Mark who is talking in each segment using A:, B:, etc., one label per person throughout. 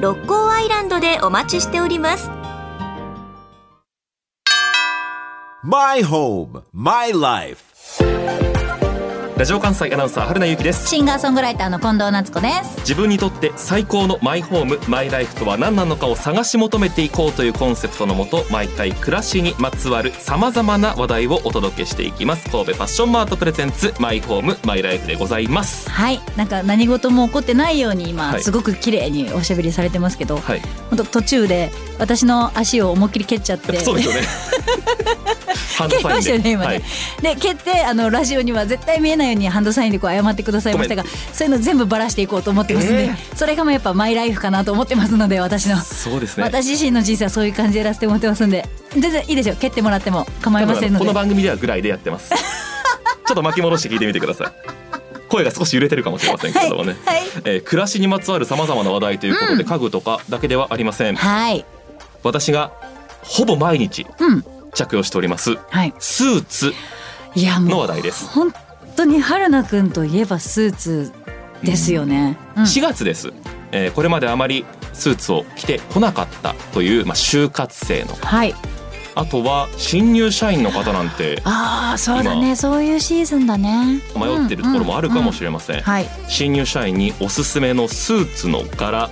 A: 六甲アイランドでお待ちしております
B: My home, my life.
C: ラジオ関西アナウンサー春名由紀です
D: シンガーソングライターの近藤夏子です
C: 自分にとって最高のマイホームマイライフとは何なのかを探し求めていこうというコンセプトのもと毎回暮らしにまつわるさまざまな話題をお届けしていきます神戸ファッションマートプレゼンツマイホームマイライフでございます
D: はいなんか何事も起こってないように今、
C: はい
D: すごく綺麗におしゃべりされてますけど、
C: はい
D: ほんと途中で私の足を思いっきり蹴っちゃっ て
C: そう ですよねハンド
D: 蹴り
C: サイ
D: ま
C: ン
D: し
C: で
D: たよね今ね、
C: はい
D: で蹴ってあのラジオには絶対見えないようにハンドサインでこう謝ってくださいましたがそういうの全部バラしていこうと思ってますね、それがもうやっぱマイライフかなと思ってますので私の、
C: そうですね
D: 私自身の人生はそういう感じでやらせてもらってますんで全然いいですよ蹴ってもらっても構いませんの
C: こ
D: で
C: の番組ではぐらいでやってます ちょっと巻き戻して聞いてみてください声が少し揺れてるかもしれませんけれどもね、
D: はい
C: えー暮らしにまつわるさまざまな話題ということで、家具とかだけではありません
D: はい
C: 私がほぼ毎日
D: うん
C: 着用しております
D: はい
C: スーツ
D: いや
C: の
D: もう
C: 話題です
D: 本当に春菜くんといえばスーツですよね、うん
C: 4月です、えーこれまであまりスーツを着てこなかったという、まあ、就活生の
D: はい
C: あとは新入社員の方なんて
D: ああそうだ
C: 今
D: ねそういうシーズンだね
C: 迷ってるところもあるかもしれません、
D: はい
C: 新入社員におすすめのスーツの柄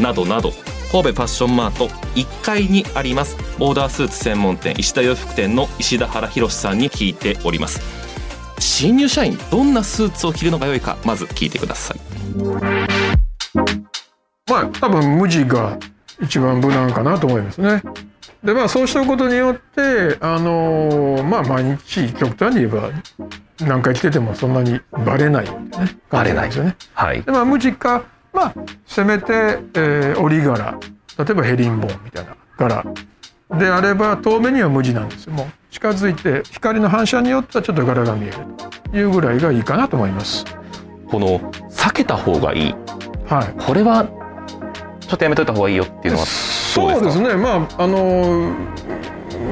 C: などなど神戸ファッションマート1階にありますオーダースーツ専門店石田洋服店の石田原宏さんに聞いております新入社員どんなスーツを着るのが良いかまず聞いてください
E: まあ多分無地が一番無難かなと思いますね。でまあそうしておくことによってあのーまあ毎日極端に言えば何回来ててもそんなにバレないんでね
F: バレない
E: ですよね。
F: はい。
E: でまあ無地かまあせめて、えー折り柄例えばヘリンボーンみたいな柄であれば遠目には無地なんですよもう近づいて光の反射によってはちょっと柄が見えるというぐらいがいいかなと思います。
F: この避けた方がいい。
E: はい
F: これはちょっとやめといた方がいいよっていうのはどうです
E: そ
F: か。
E: うですねまああの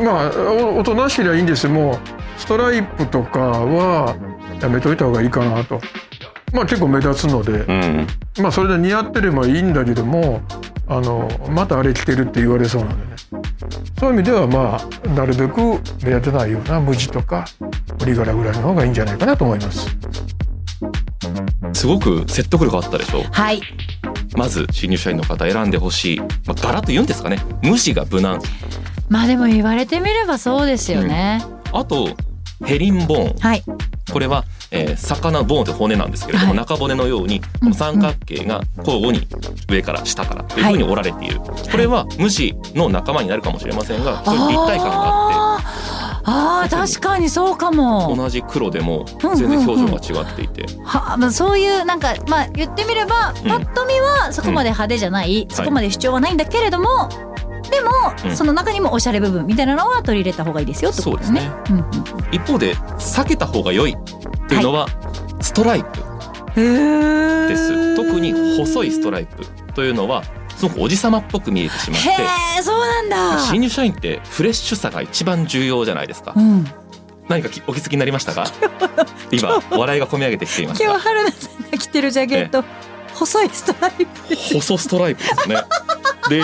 E: まあおおとなしけりゃいいんですよもうストライプとかはやめといた方がいいかなとまあ結構目立つので、
F: うん。
E: まあそれで似合ってればいいんだけどもあのまたあれ着てるって言われそうなんでねそういう意味ではまあなるべく目立てないような無地とか折り柄ぐらいの方がいいんじゃないかなと思います。
C: すごく説得力あったでしょ
D: はい
C: まず新入社員の方選んでほしい、まあ、柄と言うんですかね無視が無難
D: まあでも言われてみればそうですよね、
C: あとヘリンボーン
D: はい
C: これは、えー魚ボーンって骨なんですけれども、
D: はい
C: 中骨のようにこの三角形が交互に上から下からというふうに折られている、これは虫の仲間になるかもしれませんが非常に立体感があって
D: あーあー確かにそうかも
C: 同じ黒でも
D: うんうんうん
C: 全然表情が違っていて、
D: はまあ、そういうなんか、まあ、言ってみれば、
C: ん
D: ぱっと見はそこまで派手じゃない、そこまで主張はないんだけれども、でも、
C: うん
D: その中にもおしゃれ部分みたいなのは取り入れた方がいいですよってことですね。うん
C: 一方で避けた方が良いっていうのはストライプ
D: うん
C: です、特に細いスト
D: ラ
C: ライプというのはすごくおじさまっぽく見えてしまって
D: へえそうなんだ
C: 新入社員ってフレッシュさが一番重要じゃないですか
D: うん、
C: 何かきお気づきになりま したか今笑いがこみ上げてきていまし
D: 今日
C: た
D: 春菜さんが着てるジャケット細いストライプ
C: 細ストライプですねで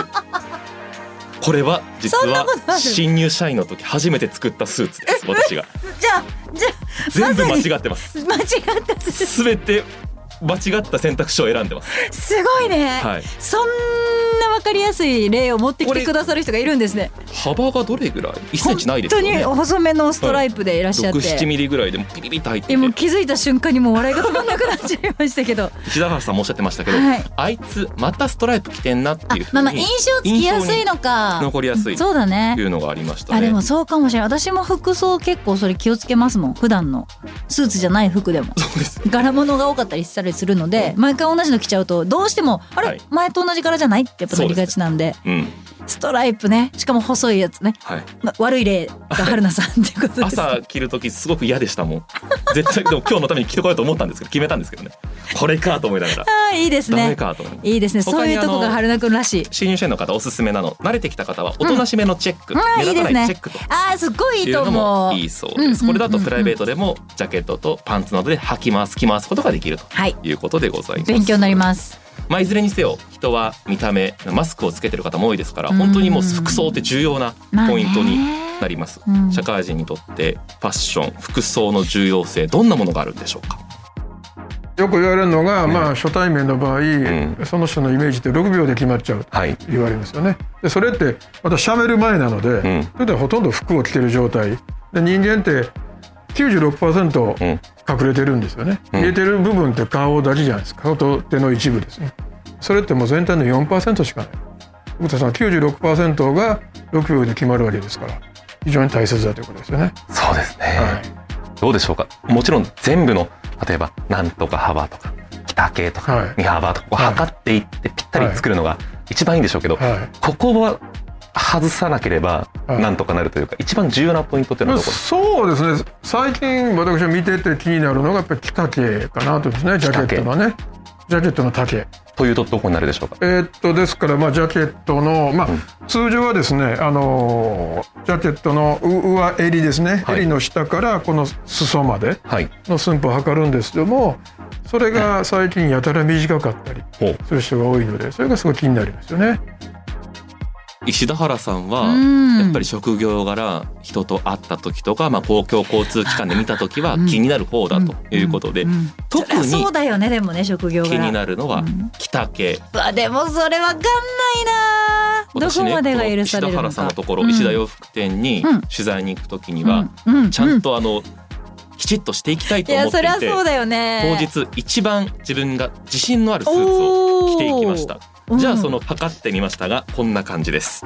C: これは実
D: そんな
C: は
D: ことある
C: 新入社員の時初めて作ったスーツです私が
D: じゃあじゃ
C: 全部
D: ま
C: 間
D: さに
C: 違ってます
D: あ間違ったす
C: 全て間違った選択肢を選んでます
D: すごいね、
C: はい
D: そんなわかりやすい例を持ってきてくださる人がいるんですね
C: 幅がどれぐらい1セン
D: 本
C: チないです
D: 当
C: よ
D: に
C: ね
D: 細めのストライプでいらっしゃっ
C: 6、
D: て、
C: 7ミリぐらいでもうピリピリと入って
D: えもう
C: て
D: 気づいた瞬間にもう笑いが止まんなくなっちゃいましたけど
C: 石田原さんもおっしゃってましたけど、
D: はい
C: あいつまたストライプ着てんなって
D: あ
C: いうふうに
D: まあまあ印象つきやすいのか
C: 残りやすい
D: そうだね
C: いうのがありましたね
D: あでもそうかもしれない私も服装結構それ気をつけますもん普段のスーツじゃない服でも
C: そうです
D: 柄物が多かったりしたりするので毎回同じの着ちゃうとどうしてもあれ、
C: はい
D: 前と同じ柄じゃないってやっぱなりがちなんで
C: うん
D: ストライプねしかも細いやつね、
C: はい、
D: ま悪い例が春菜さんっていうことです
C: 朝着る時すごく嫌でしたもん絶対でも今日のために着てこようと思ったんですけど決めたんですけどねこれかと思いながら
D: あーいいです
C: ダメ
D: ね
C: かと思いながら
D: いいですねそ
C: 他
D: う
C: に
D: いうとこ
C: あ
D: が
C: の
D: 春菜くんらしい
C: 新入社員の方おすすめなの慣れてきた方はおとなしめのチェック、
D: うんあー
C: 目立たない
D: いい
C: チェ
D: で
C: ックと
D: あーすっごいい
C: い
D: いうと
C: の
D: 思
C: も
D: う
C: いいそう
D: うん
C: で
D: うんうんう
C: す。
D: ん
C: これだとプライベートでもジャケットとパンツなどで履きます着回すことができると
D: はい
C: いうことでございます。
D: 勉強になります
C: まあいずれにせよ人は見た目マスクをつけてる方も多いですから
D: うん
C: 本当にもう服装って重要なポイントになります。
D: まあねうん
C: 社会人にとってファッション服装の重要性どんなものがあるんでしょうか。
E: よく言われるのが、まあ、初対面の場合、
F: ん
E: その人のイメージって6秒で決まっちゃうと
F: はい。
E: 言われますよねでそれってまたしゃべる前なので、
F: ん
E: それでほとんど服を着てる状態で人間って96%
F: うん。
E: 隠れてるんですよね、見えてる部分って顔だけじゃないですか顔と手の一部ですねそれってもう全体の4%しかない久保田さん96%が6秒で決まるわけですから非常に大切だということですよね、
F: そうですね。
E: はい
F: どうでしょうか。もちろん全部の例えばなんとか幅とか北系と
E: は
F: か
E: い
F: 二幅とかこう
E: はい
F: 測っていってぴったり作るのが一番いいんでしょうけど、
E: はい
F: ここは外さなければ
E: はい
F: なんとかなるというか一番重要なポイントっていうのはどこですか。
E: そうですね最近私が見てて気になるのがやっぱり着丈かなとですねジャケットのねジャケットの丈
F: というとどこになるでしょうか。
E: えーっとですから、まあ、ジャケットの、まあ
F: うん
E: 通常はですね、あのージャケットのう上襟ですね、
F: はい
E: 襟の下からこの裾まで
F: はい。
E: の寸法を測るんですけどもそれが最近やたら短かったり
F: ほう
E: する人が多いのでそれがすごい気になりますよね。
C: 石田原さんは
D: うん
C: やっぱり職業柄人と会った時とか、まあ、公共交通機関で見た時は気になる方だということで、
D: んん
C: 特
D: そりゃ
C: に
D: そうだよねでもね職業が
C: 気になるのは着丈
D: うわでもそれわかんないなど
C: 私
D: こ
C: ね
D: までが
C: この
D: 許さ
C: 石
D: れ
C: 田
D: るのか
C: 原さんのところ石田
D: 洋
C: 洋服店に
D: うん
C: 取材に行く時に
D: 服
C: は
D: うんうん
C: ちゃんとあのきちっとしていきたい
D: い
C: と思
D: や
C: って
D: そ
C: い
D: りゃ
C: て
D: そうだよね
C: 当日一番自分が自信のあるスーツを着ていきました
D: おー
C: じゃあ
D: うん
C: その測ってみましたがこんな感じです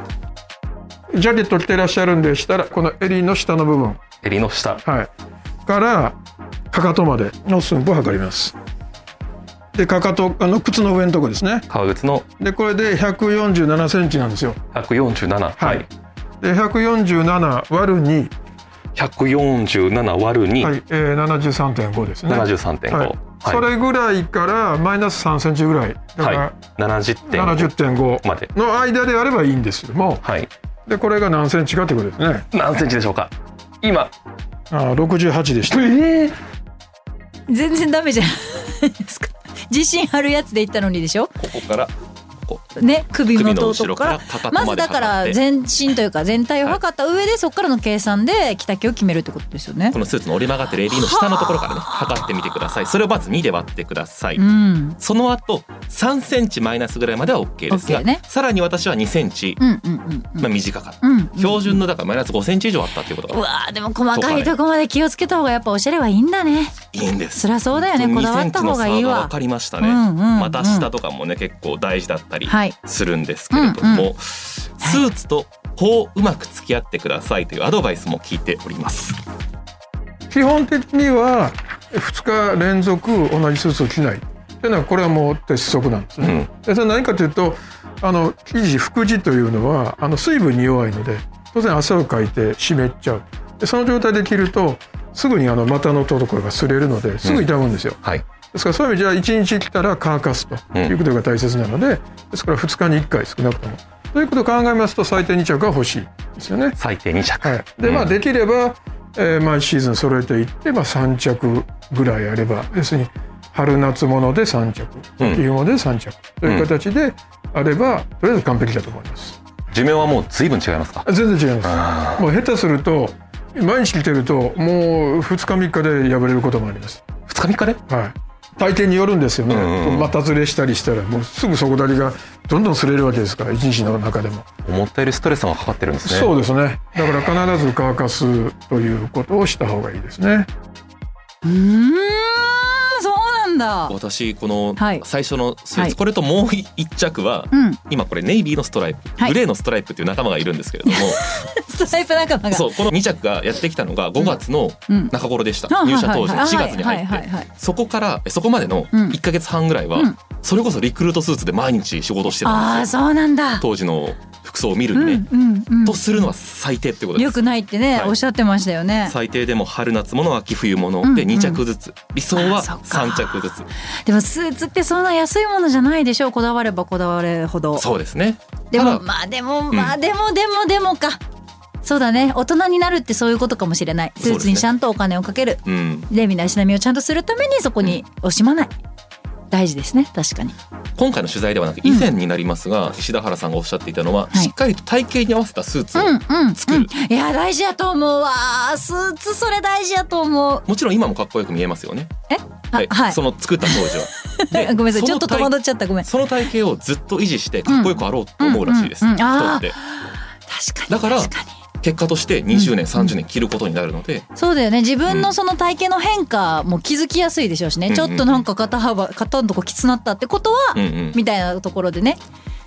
E: ジャケット着てらっしゃるんでしたらこの襟の下の部分、
F: 襟の下。
E: はい、からかかとまでの寸法を測ります。でかかとあの靴の上のとこですね
F: 革靴の
E: でこれで1 4 7センチなんですよ。
F: 147。
E: は
F: はいい。
E: で147割る2、
F: 147割る
E: は
F: 2。
E: いえー、73.5ですね。
F: 73.5。
E: はいそれぐらいからマイナス3センチぐらいだか
F: はい
E: ら。
F: 70.5
E: 70.5
F: まで。
E: の間であればいいんですけども
F: はい。
E: でこれが何センチかということですね
F: 何センチでしょうか。今。
E: あー68でした
F: ええ。
D: 全然ダメじゃないですか自信あるやつで言ったのにでしょ
C: ここからこう
D: ね首の
C: 首の
D: と
C: 後
D: こ
C: ろ
D: か
C: から
D: ら
C: かかと
D: ま
C: ま
D: ず
C: で
D: だか
C: 測
D: ら
C: って
D: 全身というか全体を測った上でそこからの計算で着丈を決めるってことですよね
C: こ。のスーツの折り曲がってる襟の下のところからね測ってみてくださいそれをまず2で割ってください
D: うん
C: その後3センチマイナスぐらいまでは OK ですが、
D: OK ね
C: さらに私は2センチ、
D: うんうんうんうん
C: まあ、短かった、
D: うんうん
C: 標準のだからマイナス5センチ以上あったっていうこと
D: う
C: が
D: わーでも細かいとこまで気をつけた方がやっぱおしゃれはいいんだね
C: いいんです
D: そりゃそうだよねこだわった方がいい
C: 2センチの差が
D: わ
C: 分かりましたね、
D: うんうんうん
C: また下とかもね結構大事だったり
D: はい
C: するんですけれども、
D: うんう
C: スーツとこううまく付き合ってくださいというアドバイスも聞いております
E: 基本的には2日連続同じスーツを着ないっていうのはこれはもう鉄則なんです
F: う
E: ね、
F: ん。
E: でそれは何かというとあの生地副地というのはあの水分に弱いので当然汗をかいて湿っちゃうでその状態で着るとすぐにあの股のところが擦れるのですぐ痛むんですよ、
F: はい。
E: ですからそういう意味じゃ一日来たら乾かすと
F: うん
E: いうことが大切なので、ですから2日に1回少なくともということを考えますと最低2着が欲しいですよね。
F: 最低2着。
E: はい、でまあ
F: うん
E: できれば、えー毎シーズン揃えていって、まあ、3着ぐらいあれば要するに春夏物で3着
F: うん
E: 秋物で3着という形であればとりあえず完璧だと思います。
F: 寿命はもう随分違いますか。
E: 全然違いま
F: あ
E: すもう下手すると毎日着てるともう2日3日で破れることもあります。
F: あ。2日3日で。
E: はい、大抵によるんですよね、
F: うんうんうん
E: 股ずれしたりしたらもうすぐ底だりがどんどん擦れるわけですから一日の中でも、
F: 思ったよりストレスがかかってるんですね。
E: そうですねだから必ず乾かすということをした方がいいですね
D: うーんそうなんだ
C: 私この
D: はい
C: 最初のスーツ、
D: はい
C: これともう一着は、
D: うん
C: 今これネイビーのストライプ、
D: はい
C: グレーのストライプっていう仲間がいるんですけれども
D: ストライプ仲間が
C: そうこの2着がやってきたのが5月の
D: うん
C: 中頃でした、
D: あ
C: 入社当時
D: はいはいはい
C: 4月に入
D: はいはい
C: っ
D: はい
C: てそこからそこまでの
D: うん
C: 1か月半ぐらいは、
D: うん
C: それこそリクルートスーツで毎日仕事してたん
D: あ
C: で
D: あ
C: すよ
D: そうなんだ
C: 当時の服装を見る
D: うんん
C: で、
D: うんうん
C: とするのは最低ってことです
D: よくないってね、
C: はい
D: おっしゃってましたよね
C: 最低でも春夏物秋冬物で
D: うんうん
C: 2着ずつ、理想は
D: あそっか
C: 3着ずつ
D: でもスーツってそんな安いものじゃないでしょうこだわればこだわるほど
C: そうですね
D: で
C: ただ
D: もまあでもまあでもでもでもか、そうだね大人になるってそういうことかもしれないスーツにちゃんとお金をかける
C: うん、
D: で身だしなみをちゃんとするためにそこに惜しまない、大事ですね確かに
C: 今回の取材ではなく以前になりますが、石田原さんがおっしゃっていたのは、
D: い
C: しっかりと体型に合わせたスーツを、
D: うんうん
C: 作る
D: うん、いや大事やと思うわスーツそれ大事やと思う
C: もちろん今もかっこよく見えますよね。
D: えあ
C: はい、
D: はい。
C: その作った当時は
D: ごめんなさいちょっと戸惑っ
C: ち
D: ちゃったごめん
C: その体型をずっと維持してかっこよくあろうと思うらしいです。
D: うんうんうんあー
C: 太って
D: 確かに
C: だから
D: 確かに
C: 結果として20年30年着ることになるので、
D: そうだよね自分のその体型の変化も気づきやすいでしょうしね、
C: うん
D: ちょっとなんか肩幅肩のとこきつなったってことは、
C: うんうん、
D: みたいなところでね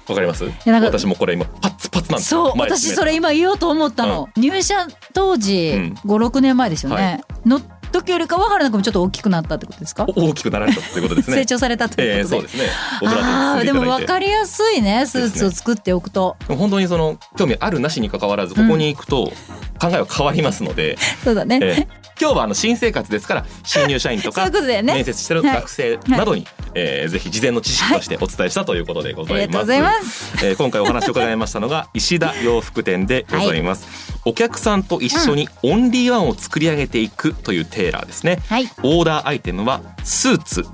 C: わかります。
D: やなんか
C: 私もこれ今パッツパツなんです
D: そう
C: よ。前
D: 私
C: 爪
D: それ今言おうと思ったの、入社当時
C: うん
D: 56年前ですよね、の時よりかは原田君ちょっと大きくなったってことですか、
C: お大きくなられたってことですね。
D: 成長されたと
C: え
D: い
C: え
D: うこ
C: そう
D: とで,、
C: ですね。オブラ
D: あ
C: ー
D: あ
C: トに
D: で
C: 包ん
D: も
C: でいただい
D: 分
C: て
D: かりやすいねスーツを作っておくと、
C: でも本当にその興味あるなしに関わらずここに行くと考えは変わりますので、
D: そうだね、
C: ええ今日はあの新生活ですから新入社員と
D: そう
C: か
D: いうことだよね
C: 面接してる学生などに、えーぜひ事前の知識としてお伝えしたということでございます。
D: ありがとうございます
C: えー今回お話を伺いましたのが石田洋服店でございます、お客さんと一緒にオンリーワンを作り上げていくというテーラーですね。
D: はい
C: オーダーアイテムはスーツ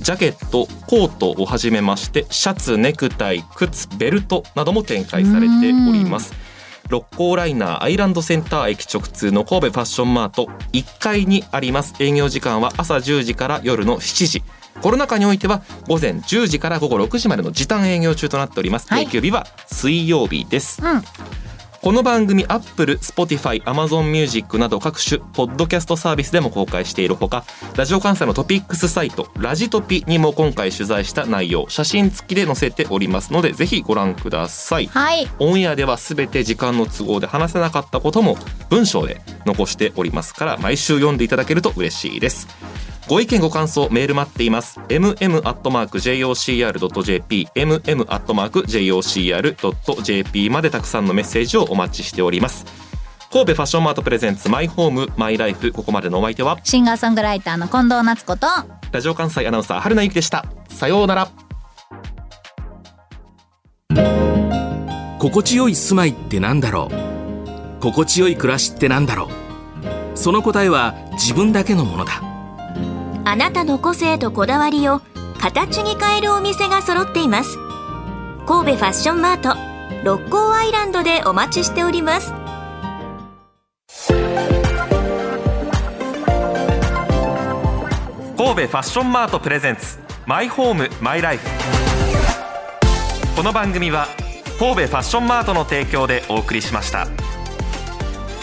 C: ジャケットコートをはじめましてシャツネクタイ靴ベルトなども展開されております六甲ライナーアイランドセンター駅直通の神戸ファッションマート1階にあります営業時間は朝10時から夜の7時コロナ禍においては午前10時から午後6時までの時短営業中となっております
D: はい
C: 定休日は水曜日です、
D: うん
C: この番組 Apple、Spotify、Amazon Music など各種ポッドキャストサービスでも公開しているほかラジオ関西のトピックスサイトラジトピにも今回取材した内容写真付きで載せておりますのでぜひご覧ください
D: はい
C: オンエアでは全て時間の都合で話せなかったことも文章で残しておりますから毎週読んでいただけると嬉しいですご意見ご感想メール待っています mm.jocr.jp mm.jocr.jp までたくさんのメッセージをお待ちしております神戸ファッションマートプレゼンツマイホームマイライフここまでのお相手は
D: シンガーソングライターの近藤夏子と
C: ラジオ関西アナウンサー春名由紀でしたさようなら
G: 心地よい住まいってなんだろう心地よい暮らしってなんだろうその答えは自分だけのものだ
A: あなたの個性とこだわりを形に変えるお店が揃っています神戸ファッションマート六甲アイランドでお待ちしております
C: 神戸ファッションマートプレゼンツマイホームマイライフこの番組は神戸ファッションマートの提供でお送りしました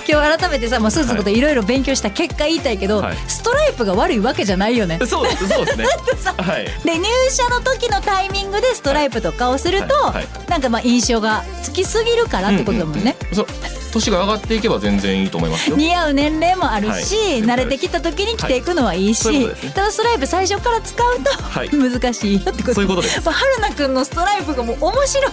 D: 今日改めてさもうスーツのこといろいろ勉強した結果言いたいけど、
C: はい
D: ストライプが悪いわけじゃないよ ね
C: そうそう ですね
D: さ
C: はい
D: で入社の時のタイミングでストライプとかをすると、
C: はいはい
D: なんかまあ印象がつきすぎるからってことだもんね、
C: そう年が上がっていけば全然いいと思いますよ
D: 似合う年齢もあるし、
C: はい
D: 慣れてきた時に着ていくのはいいし、
C: はいそういうことですね
D: ただストライプ最初から使うと、
C: はい
D: 難しいよってこと
C: そういうことです
D: まあ、春菜くんのストライプがもう面白い